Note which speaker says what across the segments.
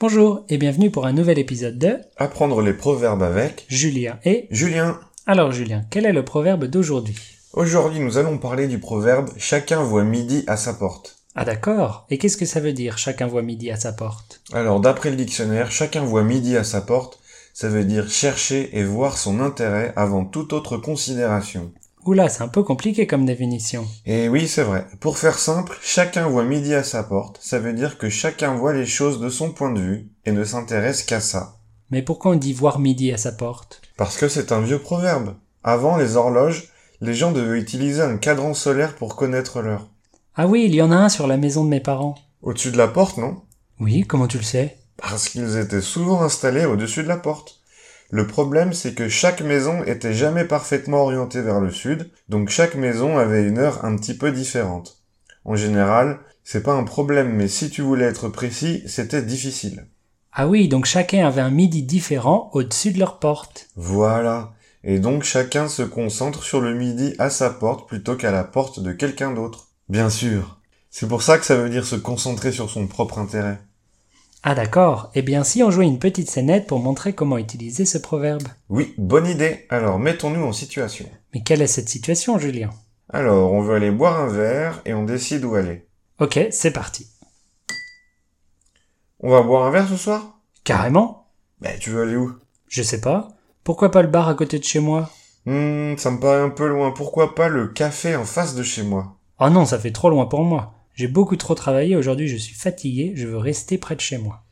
Speaker 1: Bonjour et bienvenue pour un nouvel épisode de
Speaker 2: Apprendre les proverbes avec
Speaker 1: Julien et...
Speaker 2: Julien.
Speaker 1: Alors Julien, quel est le proverbe d'aujourd'hui
Speaker 2: Aujourd'hui, nous allons parler du proverbe Chacun voit midi à sa porte.
Speaker 1: Ah d'accord, et qu'est-ce que ça veut dire chacun voit midi à sa porte
Speaker 2: Alors, d'après le dictionnaire, chacun voit midi à sa porte, ça veut dire chercher et voir son intérêt avant toute autre considération.
Speaker 1: Oula, c'est un peu compliqué comme définition.
Speaker 2: Et oui, c'est vrai. Pour faire simple, chacun voit midi à sa porte, ça veut dire que chacun voit les choses de son point de vue et ne s'intéresse qu'à ça.
Speaker 1: Mais pourquoi on dit voir midi à sa porte
Speaker 2: Parce que c'est un vieux proverbe. Avant les horloges, les gens devaient utiliser un cadran solaire pour connaître l'heure.
Speaker 1: Ah oui, il y en a un sur la maison de mes parents.
Speaker 2: Au-dessus de la porte, non
Speaker 1: Oui, comment tu le sais
Speaker 2: Parce qu'ils étaient souvent installés au-dessus de la porte. Le problème, c'est que chaque maison était jamais parfaitement orientée vers le sud, donc chaque maison avait une heure un petit peu différente. En général, c'est pas un problème, mais si tu voulais être précis, c'était difficile.
Speaker 1: Ah oui, donc chacun avait un midi différent au-dessus de leur porte.
Speaker 2: Voilà. Et donc chacun se concentre sur le midi à sa porte plutôt qu'à la porte de quelqu'un d'autre. Bien sûr. C'est pour ça que ça veut dire se concentrer sur son propre intérêt.
Speaker 1: Ah d'accord, eh bien si on jouait une petite scénette pour montrer comment utiliser ce proverbe.
Speaker 2: Oui, bonne idée. Alors, mettons-nous en situation.
Speaker 1: Mais quelle est cette situation, Julien
Speaker 2: Alors, on veut aller boire un verre et on décide où aller.
Speaker 1: Ok, c'est parti.
Speaker 2: On va boire un verre ce soir
Speaker 1: Carrément
Speaker 2: Ben, tu veux aller où
Speaker 1: Je sais pas. Pourquoi pas le bar à côté de chez moi
Speaker 2: Hmm, ça me paraît un peu loin. Pourquoi pas le café en face de chez moi
Speaker 1: Oh non, ça fait trop loin pour moi. J'ai beaucoup trop travaillé, aujourd'hui je suis fatigué, je veux rester près de chez moi.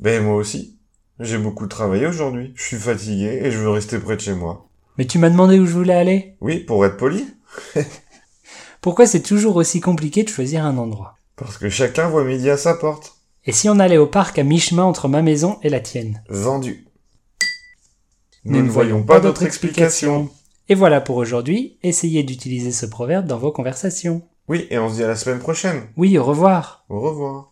Speaker 2: Ben, moi aussi. J'ai beaucoup travaillé aujourd'hui. Je suis fatigué et je veux rester près de chez moi.
Speaker 1: Mais tu m'as demandé où je voulais aller
Speaker 2: Oui, pour être poli.
Speaker 1: Pourquoi c'est toujours aussi compliqué de choisir un endroit
Speaker 2: Parce que chacun voit midi à sa porte.
Speaker 1: Et si on allait au parc à mi-chemin entre ma maison et la tienne
Speaker 2: Vendu. Nous ne voyons pas d'autre explication.
Speaker 1: Et voilà pour aujourd'hui, essayez d'utiliser ce proverbe dans vos conversations.
Speaker 2: Oui, et on se dit à la semaine prochaine.
Speaker 1: Oui, au revoir
Speaker 2: Au revoir.